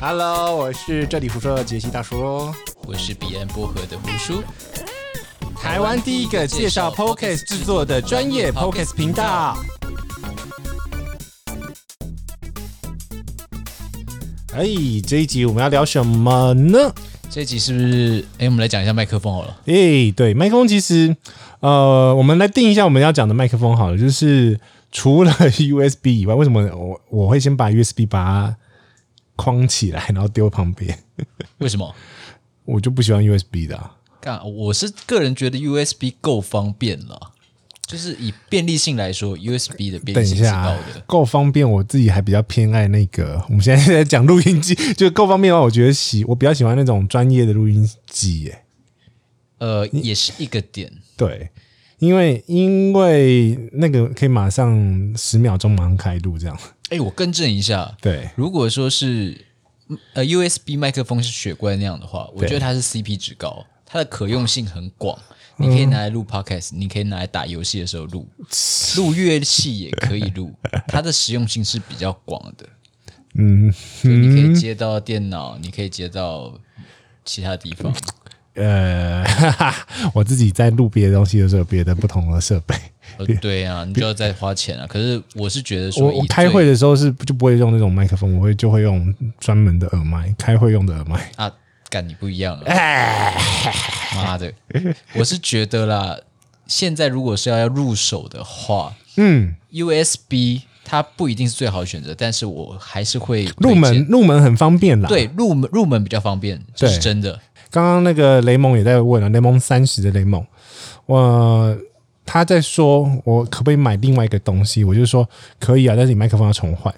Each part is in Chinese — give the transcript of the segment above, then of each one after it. Hello，我是这里胡说的杰西大叔，我是彼岸薄荷的胡叔，台湾第一个介绍 Podcast 制作的专业 Podcast 频道。哎，这一集我们要聊什么呢？这一集是不是？哎，我们来讲一下麦克风好了。诶，哎对，麦克风其实，呃，我们来定一下我们要讲的麦克风好了，就是除了 USB 以外，为什么我我会先把 USB 把它框起来，然后丢旁边？为什 么？我就不喜欢 USB 的啊、干，我是个人觉得 USB 够方便了，就是以便利性来说，USB 的便等利一性是下高啊的。，够方便，我自己还比较偏爱那个。 我们现在在讲录音机， 就够方便的话，我觉得喜我比较喜欢那种专业的录音机耶、呃，也是一个点。对，因为因为那个可以马上十秒钟马上开录这样。哎，我更正一下，对，如果说是嗯呃 USB 麦克风是雪怪那样的话，我觉得它是 CP 值高，它的可用性很广。嗯你可以拿来录 podcast，、你可以拿来打游戏的时候 录，录乐器也可以录，它的实用性是比较广的。嗯，就你可以接到电脑，你可以接到其他地方。呃， 哈哈，我自己在录别的东西的时候，有别的不同的设备。呃，对啊，你就要再花钱啊。可是我是觉得说我以我最，开会的时候是就不会用那种麦克风，我会就会用专门的耳麦，开会用的耳麦。啊，干你不一样啊！哎，妈的，我是觉得啦，现在如果是要要入手的话嗯， ，USB 它不一定是最好的选择，但是我还是会推入荐门入门很方便啦。对入门入门比较方便，这是对真的。刚刚那个雷蒙也在问啊了，雷蒙三十的雷蒙，我他在说我可不可以买另外一个东西，我就说可以啊，但是你麦克风要重换，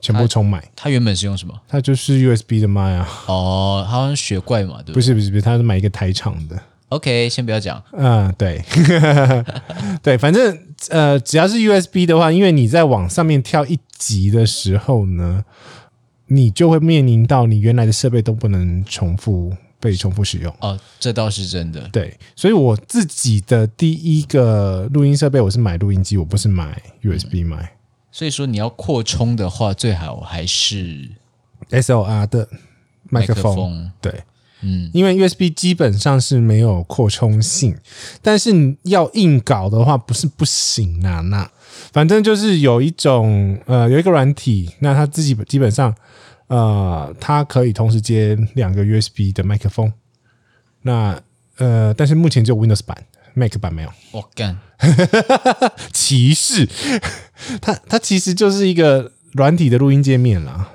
全部重买。它原本是用什么？他就是 USB 的麦啊，哦，它好像雪怪嘛，对不不对是不是不是，他是买一个台厂的。 ？OK，先不要讲，嗯，对， 对，反正呃，只要是 USB 的话，因为你在往上面跳一级的时候呢，你就会面临到你原来的设备都不能重复被重复使用。哦，这倒是真的。对，所以我自己的第一个录音设备，我是买录音机，我不是买 USB 买所以说你要扩充的话，最好还是 SLR 的麦克风。对，嗯，因为 USB 基本上是没有扩充性，但是你要硬搞的话，不是不行啊。那反正就是有一种呃，有一个软体，那它自己基本上呃，它可以同时接两个 USB 的麦克风。那呃，但是目前只有 Windows 版，Mac 版没有。我干，歧视， 它它其实就是一个软体的录音界面啦。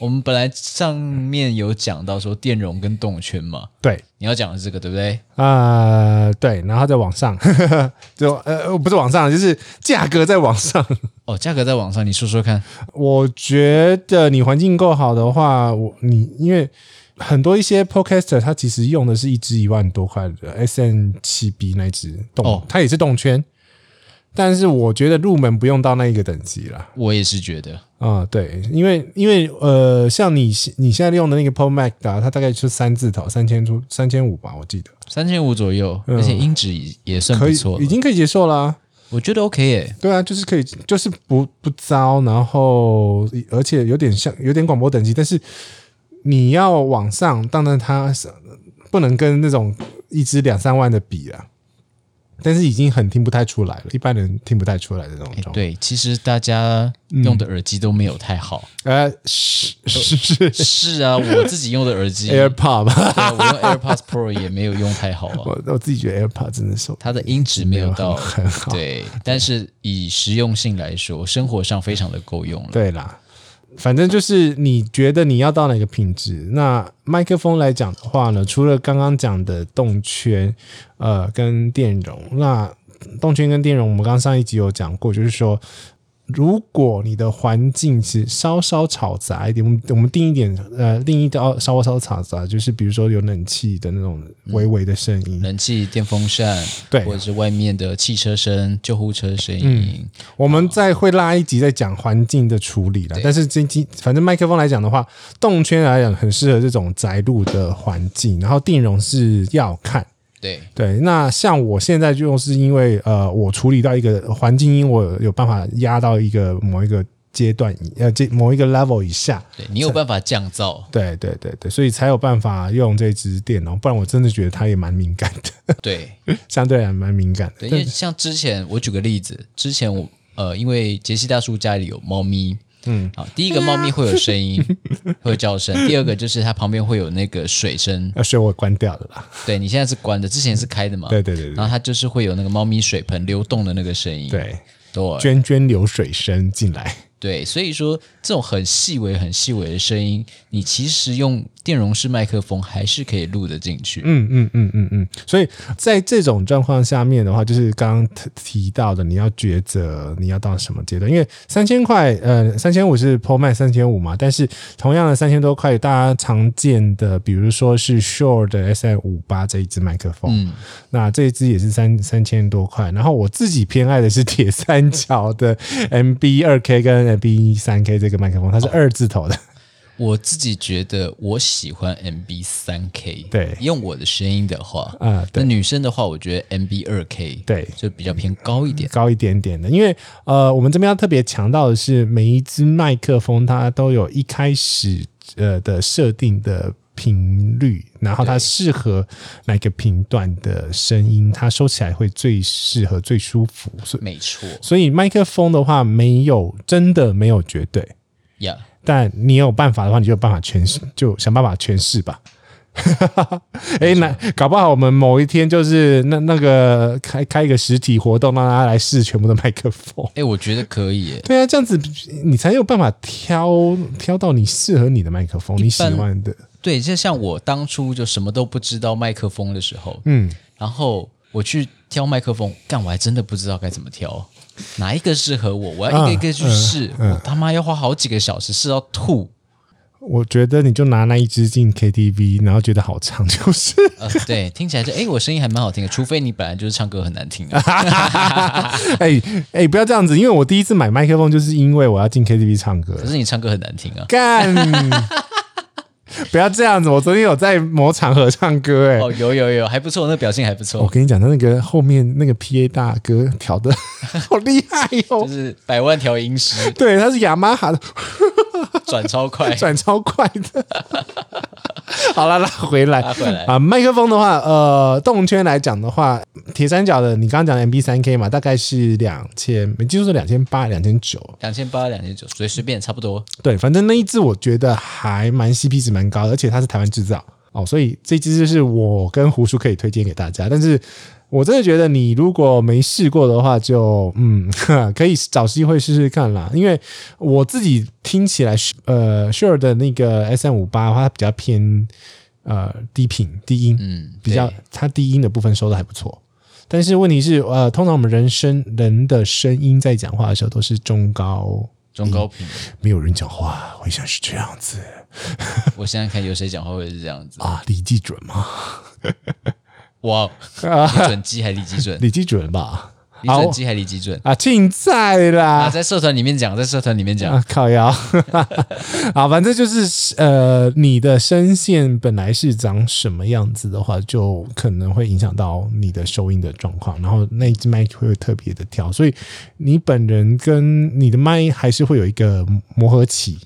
我们本来上面有讲到说电容跟动圈嘛，对，你要讲的是这个对不对？呃，对，然后再往上， 就呃不是往上，就是价格在往上。哦，价格在网上，你说说看。 我觉得你环境够好的话，我你因为很多一些 podcaster 它其实用的是一支一万多块的 S N 七 B 那支动，哦它也是动圈，但是我觉得入门不用到那一个等级啦。我也是觉得，啊、对，因为因为呃，像你你现在用的那个 Pro Max 啊，它大概就三字头，三千出三千五吧，我记得三千五左右，而且音质也也嗯算可不以错，已了，经可以接受啦、我觉得 OK 耶。对啊，就是可以，就是不不糟，然后而且有点像有点广播等级，但是你要往上，当然它是不能跟那种一支两三万的比啊，但是已经很听不太出来了，一般人听不太出来的那种哎状态。对，其实大家用的耳机都没有太好。呃，是是是 是啊，我自己用的耳机，对 AirPod 吧，啊我用 AirPods Pro 也没有用太好啊。 我我自己觉得 AirPod 真的是它的音质没有到没有很好对，但是以实用性来说，生活上非常的够用了。对啦，反正就是你觉得你要到哪个品质？那麦克风来讲的话呢，除了刚刚讲的动圈，呃，跟电容，那动圈跟电容，我们刚刚上一集有讲过，就是说。如果你的环境是稍稍吵杂一点，我们我们定一点，呃，定一到稍微稍微吵杂，就是比如说有冷气的那种微微的声音，冷气、电风扇，对或者是外面的汽车声、救护车声音，我们再会拉一集再讲环境的处理了，但是今今反正麦克风来讲的话，动圈来讲很适合这种宅路的环境，然后电容是要看。对，对，那像我现在就是因为呃，我处理到一个环境音，我有办法压到一个某一个阶段以呃这某一个 level 以下，对你有办法降噪，对对对对，所以才有办法用这只电容，不然我真的觉得它也蛮敏感的， 对相对来蛮敏感对，的。因为像之前我举个例子，之前我呃，因为杰西大叔家里有猫咪，嗯，好，第一个猫咪会有 声音，会有叫声，第二个就是它旁边会有那个水声，呃，所以我关掉了啦。对你现在是关的，之前是开的嘛，对对对然对后它就是会有那个猫咪水盆流动的那个声音，对，对涓涓流水声进来，对，所以说这种很细微、很细微的声音，你其实用电容式麦克风还是可以录得进去。嗯嗯嗯嗯嗯。所以在这种状况下面的话，就是刚刚提提到的，你要抉择你要到什么阶段，因为三千块，呃，三千五是 Pro Max 三千五嘛，但是同样的三千多块，大家常见的，比如说是 Shure 的 SM 五八这一支麦克风，嗯，那这一支也是三三千多块，然后我自己偏爱的是铁三角的 MB 二 K 跟 MB 三 K 这个麦克风，它是二字头的，我自己觉得我喜欢 MB 三 K，对用我的声音的话，啊对那女生的话，我觉得 MB 二 K，对就比较偏高一点。高一点点的。因为呃，我们这边要特别强调的是，每一支麦克风它都有一开始呃的设定的。频率，然后它对适合哪个频段的声音，它收起来会最适合、最舒服。所以，没错所以麦克风的话，没有真的没有绝对，呀但你有办法的话，你就有办法诠释，就想办法诠释吧。 哎、那搞不好我们某一天就是那那个开开一个实体活动，让大家来试全部的麦克风。 哎、我觉得可以耶。对啊，这样子你才有办法挑挑到你适合你的麦克风，你喜欢的。对，就像我当初就什么都不知道麦克风的时候，嗯，然后我去挑麦克风，干我还真的不知道该怎么挑，哪一个适合我，我啊要一个一个去试，嗯我他妈要花好几个小时试到吐。我觉得你就拿那一支进 KTV，然后觉得好唱就是。 呃，对，听起来就哎，我声音还蛮好听的，除非你本来就是唱歌很难听 啊。哎哎，不要这样子，因为我第一次买麦克风就是因为我要进 KTV 唱歌可。是你唱歌很难听啊。干！ 不要这样子，我昨天有在某场合唱歌、哎、哦，有有有，还不错，那表现还不我错，跟你讲，他那个后面那个 P A 大哥调的 好厉害哟、就是百万调 音师对，他是雅马哈的，转超快。转超快 的。好了，拉回来，拉回来啊！麦克风的话，呃，动圈来讲的话，铁三角的，你刚刚讲的 MB 三 K 嘛，大概是两千，没记住是两千八、两千九，两千八、两千九，随随便差不多。对，反正那一支我觉得还蛮 CP 值蛮高的，而且它是台湾制造哦，所以这支就是我跟胡叔可以推荐给大家。但是我真的觉得你如果没试过的话就，嗯， 可以找机会试试看啦。因为我自己听起来，呃，Sure 的那个 S M 五八，它比较偏呃低频低音，嗯，比较对它低音的部分收的还不错。但是问题是，呃，通常我们人声人的声音在讲话的时候都是中高中高频。没有人讲话，我想是这样子我想想看，有谁讲话会是这样 子？啊，李济准吗？哇， 李准基还李基准？李济准吧？李准基还李基准？啊，竞赛啊，啦！在社团里面讲，在社团里面讲啊，，靠腰， 啊，反正就是呃，你的声线本来是长什么样子的话，就可能会影响到你的收音的状况，然后那一支麦会特别的挑，所以你本人跟你的麦还是会有一个磨合期，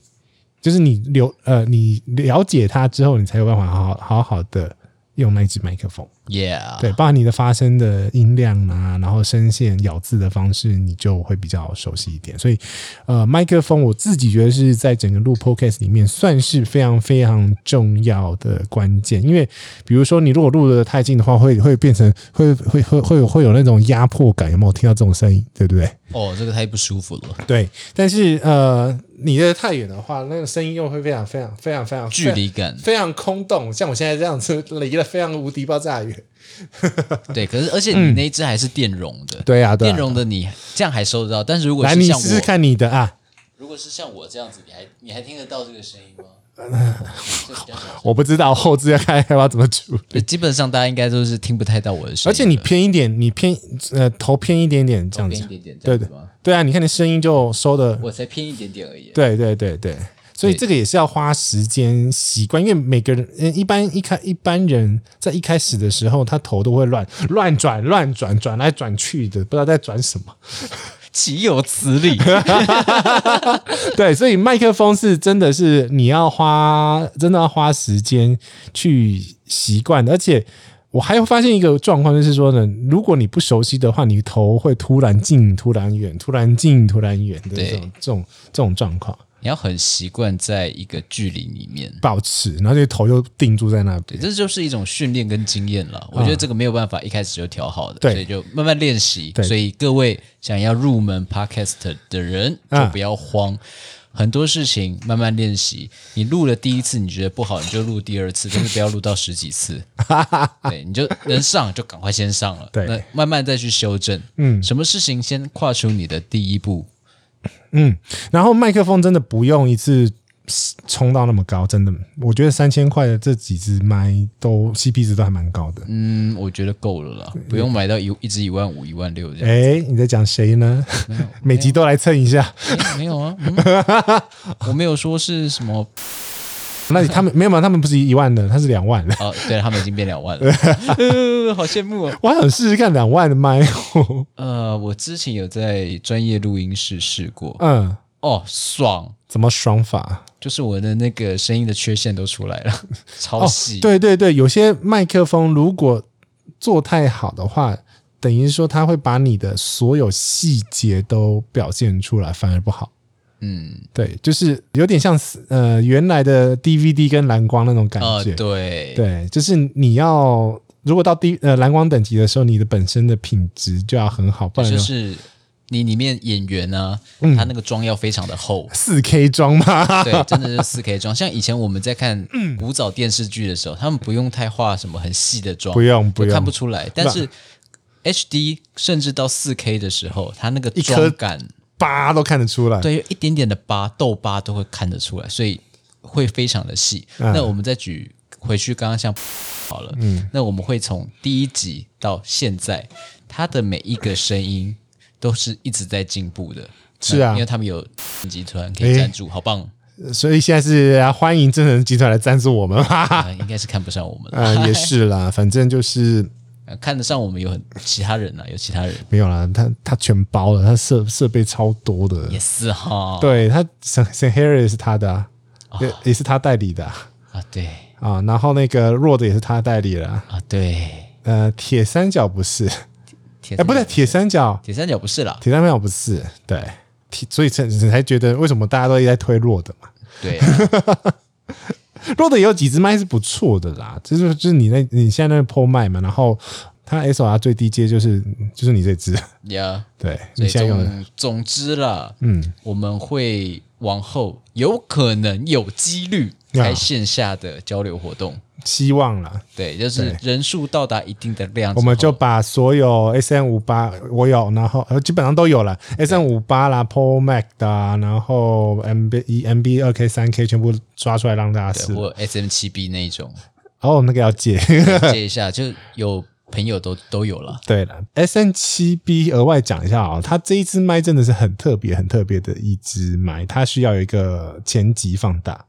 就是你了呃，你了解它之后，你才有办法好好好好的用那一支麦克风。 ，Yeah，对，包含你的发声的音量啊，然后声线、咬字的方式，你就会比较熟悉一点。所以，呃，麦克风我自己觉得是在整个录 podcast 里面算是非常非常重要的关键，因为比如说你如果录的太近的话，会会变成会会会会有会有那种压迫感，有没有听到这种声音？对不对？哦，这个太不舒服了，对。但是呃，你的太远的话，那个声音又会非常非常非常非常距离感。非常空洞，像我现在这样子离得非常无敌爆炸远。对，可是而且你那一只还是电容的，对嗯啊，对啊电容的你这样还收得到，但是如果来，是你像试试我，看你的啊！如果是像我这样子，你还你还听得到这个声音 吗？这比较小我不知道后置要看要不要怎么处理。对基本上大家应该都是听不太到我的声音的，而且你偏一点，你偏呃头偏一点点这样偏一子，点点，这对样子的吗？，对啊，你看你声音就收的，我才偏一点点而已。对对对对，所以对这个也是要花时间习惯，因为每个人呃一般一开一般人在一开始的时候，他头都会乱乱转乱转转来转去的，不知道在转什么。岂有此理！ 对，所以麦克风是真的是你要花，真的要花时间去习惯的。而且我还有发现一个状况，就是说呢，如果你不熟悉的话，你头会突然近、突然远、突然近、突然远的对这种这种这种状况你要很习惯在一个距离里面。保持，然后就头又定住在那对，边。这就是一种训练跟经验了。我觉得这个没有办法一开始就调好的，嗯对所以就慢慢练习。对所以各位想要入门 podcast 的人，就嗯不要慌。很多事情慢慢练习，你录了第一次你觉得不好，你就录第二次，但是不要录到十几次。 对，你就能上就赶快先上了，对那慢慢再去修正。嗯，什么事情先跨出你的第一步？嗯，然后麦克风真的不用一次冲到那么高，真的，我觉得三千块的这几支麦都 CP 值都还蛮高的。嗯，我觉得够了啦，不用买到一一支一万五、一万六这样。哎，你在讲谁呢？ 每集都来蹭一下。诶没有啊， 嗯我没有说是什么 那你他们没有嘛？他们不是一万的，他是两万的。 哦，对他们已经变两万了， 呃，好羡慕哦。我还想试试看两万的麦哦。呃，我之前有在专业录音室试过， 嗯，哦，爽，怎么爽法？就是我的那个声音的缺陷都出来了，超哦细。，对对对，有些麦克风如果做太好的话，等于说它会把你的所有细节都表现出来，反而不好。嗯，对，就是有点像呃原来的 DVD 跟蓝光那种感呃，觉。对，对，就是你要如果到低呃蓝光等级的时候，你的本身的品质就要很好，不然。就是你里面演员啊，他那个妆要非常的 厚四 K 装嘛。对，真的是四 K 妆。像以前我们在看嗯古早电视剧的时候，他们不用太化什么很细的妆，不用不就用看不出来。但是 HD 甚至到四 K 的时候，它那个一颗妆感疤都看得出来。对，有一点点的疤、痘疤都会看得出来，所以会非常的细。嗯那我们再举回去刚刚像好了，嗯，那我们会从第一集到现在，他的每一个声音都是一直在进步的。是那啊因为他们有集团可以赞助，好棒！所以现在是啊欢迎真人集团来赞助我们， 哈哈。啊，应该是看不上我们了， 嗯，也是啦，反正就是呃看得上我们有很其他人啊，有其他人没有啦，他他全包了，他设设备超多的。也是哈，对他，San San Harry 也是他的、啊，哦也、也是他代理的啊啊，对啊然后那个弱的也是他代理了啊，啊，对，呃，铁三角不是，铁哎，不对，三角铁三角，铁三角不是啦，铁三角不是，对，铁所以才才觉得为什么大家都一直在推弱的嘛， 对啊，弱的也有几支麦是不错的啦，就是就是你那你现在那破麦嘛，然后它 SR 最低阶就是就是你这支， 呀。对所你以现在用的。总总之啦，嗯，我们会往后有可能有几率开线下的交流活动，希望啦，对，就是人数到达一定的量之后，我们就把所有 S N 五八我有，然后呃基本上都有了 S N 五八啦、Pro Mac 的啊、然后 M B 一 M B 二 K 三 K 全部抓出来让大家试对。或 S M 七 B 那 一种哦，那个要借。 借一下，就有朋友都都有了。对了，S N 七 B 额外讲一下啊、它这一支麦真的是很特别、很特别的一支麦，它需要有一个前级放大。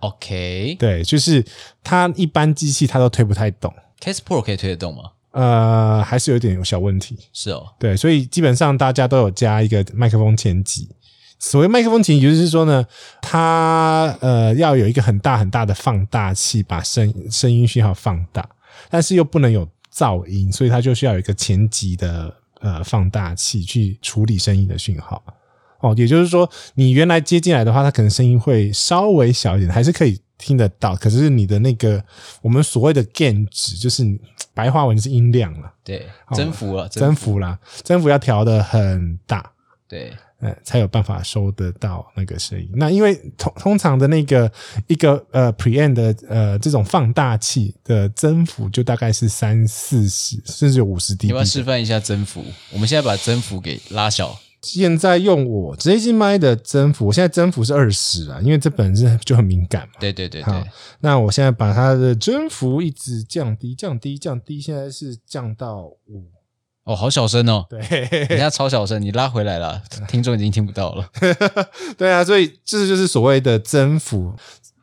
OK，Case 对，就是它一般机器它都推不太动， Pro 可以推得动吗？呃，还是有点有小问题。是哦，对，所以基本上大家都有加一个麦克风前级。所谓麦克风前级，就是说呢，它呃要有一个很大很大的放大器，把声声音讯号放大，但是又不能有噪音，所以它就需要有一个前级的呃放大器去处理声音的讯号。哦，也就是说，你原来接进来的话，它可能声音会稍微小一点，还是可以听得到。可是你的那个我们所谓的 gain 值，就是你白话文就是音量了。对，了征服了，增幅啦，增幅要调的很大，对，呃，才有办法收得到那个声音。那因为通通常的那个一个呃 preamp 的呃这种放大器的增幅就大概是三四十甚至有五十你要不要 dB。示范一下征服？我们现在把征服给拉小，现在用我这一支麦的增幅，我现在增幅是二十啊，因为这本身就很敏感嘛。对对对好对，那我现在把它的增幅一直降低，降低，降低，现在是降到五。哦，好小 声哦，对，人家超小声，你拉回来 了，听众已经听不到了。对啊，所以这就是所谓的增幅。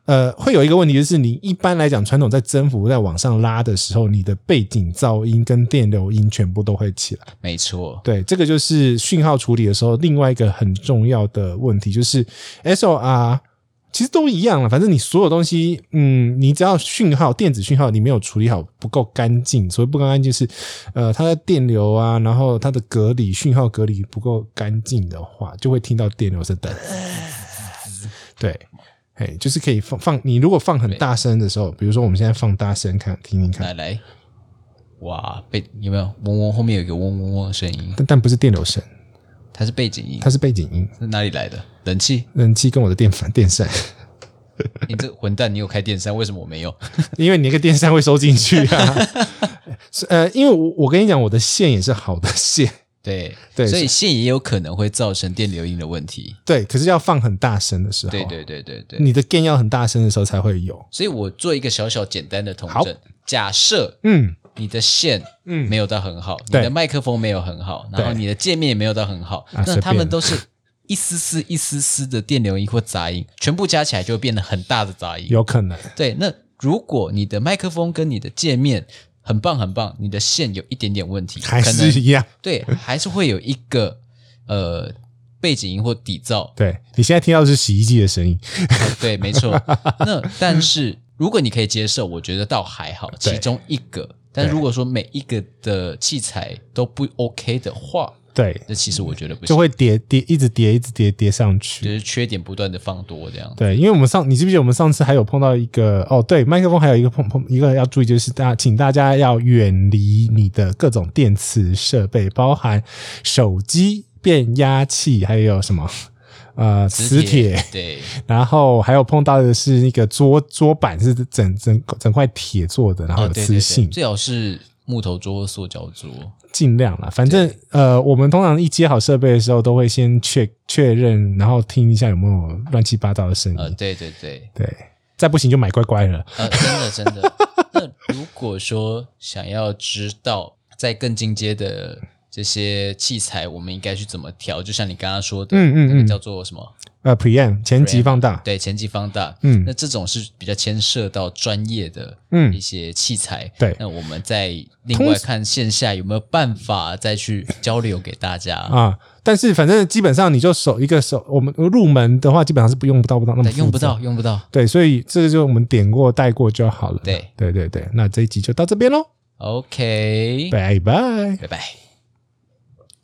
呃，会有一个问题就是，你一般来讲传统在增幅在往上拉的时候，你的背景噪音跟电流音全部都会起来。没错，对，这个就是讯号处理的时候另外一个很重要的问题，就是 SOR 其实都一样了，反正你所有东西，嗯，你只要讯号电子讯号你没有处理好，不够干净，所以不够干净是，呃，它的电流啊，然后它的隔离讯号隔离不够干净的话，就会听到电流声的，对。哎，就是可以放放，你如果放很大声的时候，比如说我们现在放大声看听听看，来来，哇，背有没有嗡嗡？后面有一个嗡嗡嗡的声音，但但不是电流声，它是背景音，它是背景音，是哪里来的？冷气？冷气跟我的电反电扇，你这混蛋，你有开电扇，为什么我没有？ 因为你那个电扇会收进去啊。 是呃，因为我我跟你讲，我的线也是好的线， 对对所以线也有可能会造成电流音的问题。对，可是要放很大声的时候，对对对对对，你的电要很大声的时候才会有。所以我做一个小小简单的统好整，假设嗯，你的线嗯没有到很好，对你的麦克风没有很好，然后对你的界面也没有到很好，啊随那便他们都是一丝丝一丝丝的电流音或杂音，全部加起来就会变得很大的杂音。有可能，对，那如果你的麦克风跟你的界面很棒很棒，你的线有一点点问题，还可能是一样。对，还是会有一个呃背景音或底噪。对你现在听到的是洗衣机的声音，对，没错。那但是如果你可以接受，我觉得倒还好，对其中一个。但对如果说每一个的器材都不 OK 的话，对，那其实我觉得不就行，会叠叠一直叠一直叠叠上就去。是缺点不断的放多这样。对，因为我们上，你记不记得我们上次还有碰到一个哦，对，麦克风还有一个碰碰一个要注意，就是大家请大家要远离你的各种电磁设备，包含手机、变压器，还有什么 呃磁铁，对然后还有碰到的是那个桌桌板是整整整块铁做的，然后哦有对磁对性，对，最好是木头桌或塑胶桌。尽量啦，反正呃，我们通常一接好设备的时候，都会先确确认，然后听一下有没有乱七八糟的声音，呃，对对对，对，再不行就买乖乖了。呃，真的真的。那如果说想要知道在更进阶的这些器材，我们应该去怎么调？就像你刚刚说的，嗯嗯那个嗯叫做什么？呃，preamp 前级 Preamp 放大，对，前期放大，嗯那这种是比较牵涉到专业的，嗯一些器材，对那我们再另通外看线下有没有办法再去交流给大家，啊，但是反正基本上你就手一个手，我们入门的话基本上是不用不到不到那么对，用不复杂到，，用不到。对，所以这个就我们点过带过就好了。对对对对，那这一集就到这边喽， OK，拜拜。拜拜。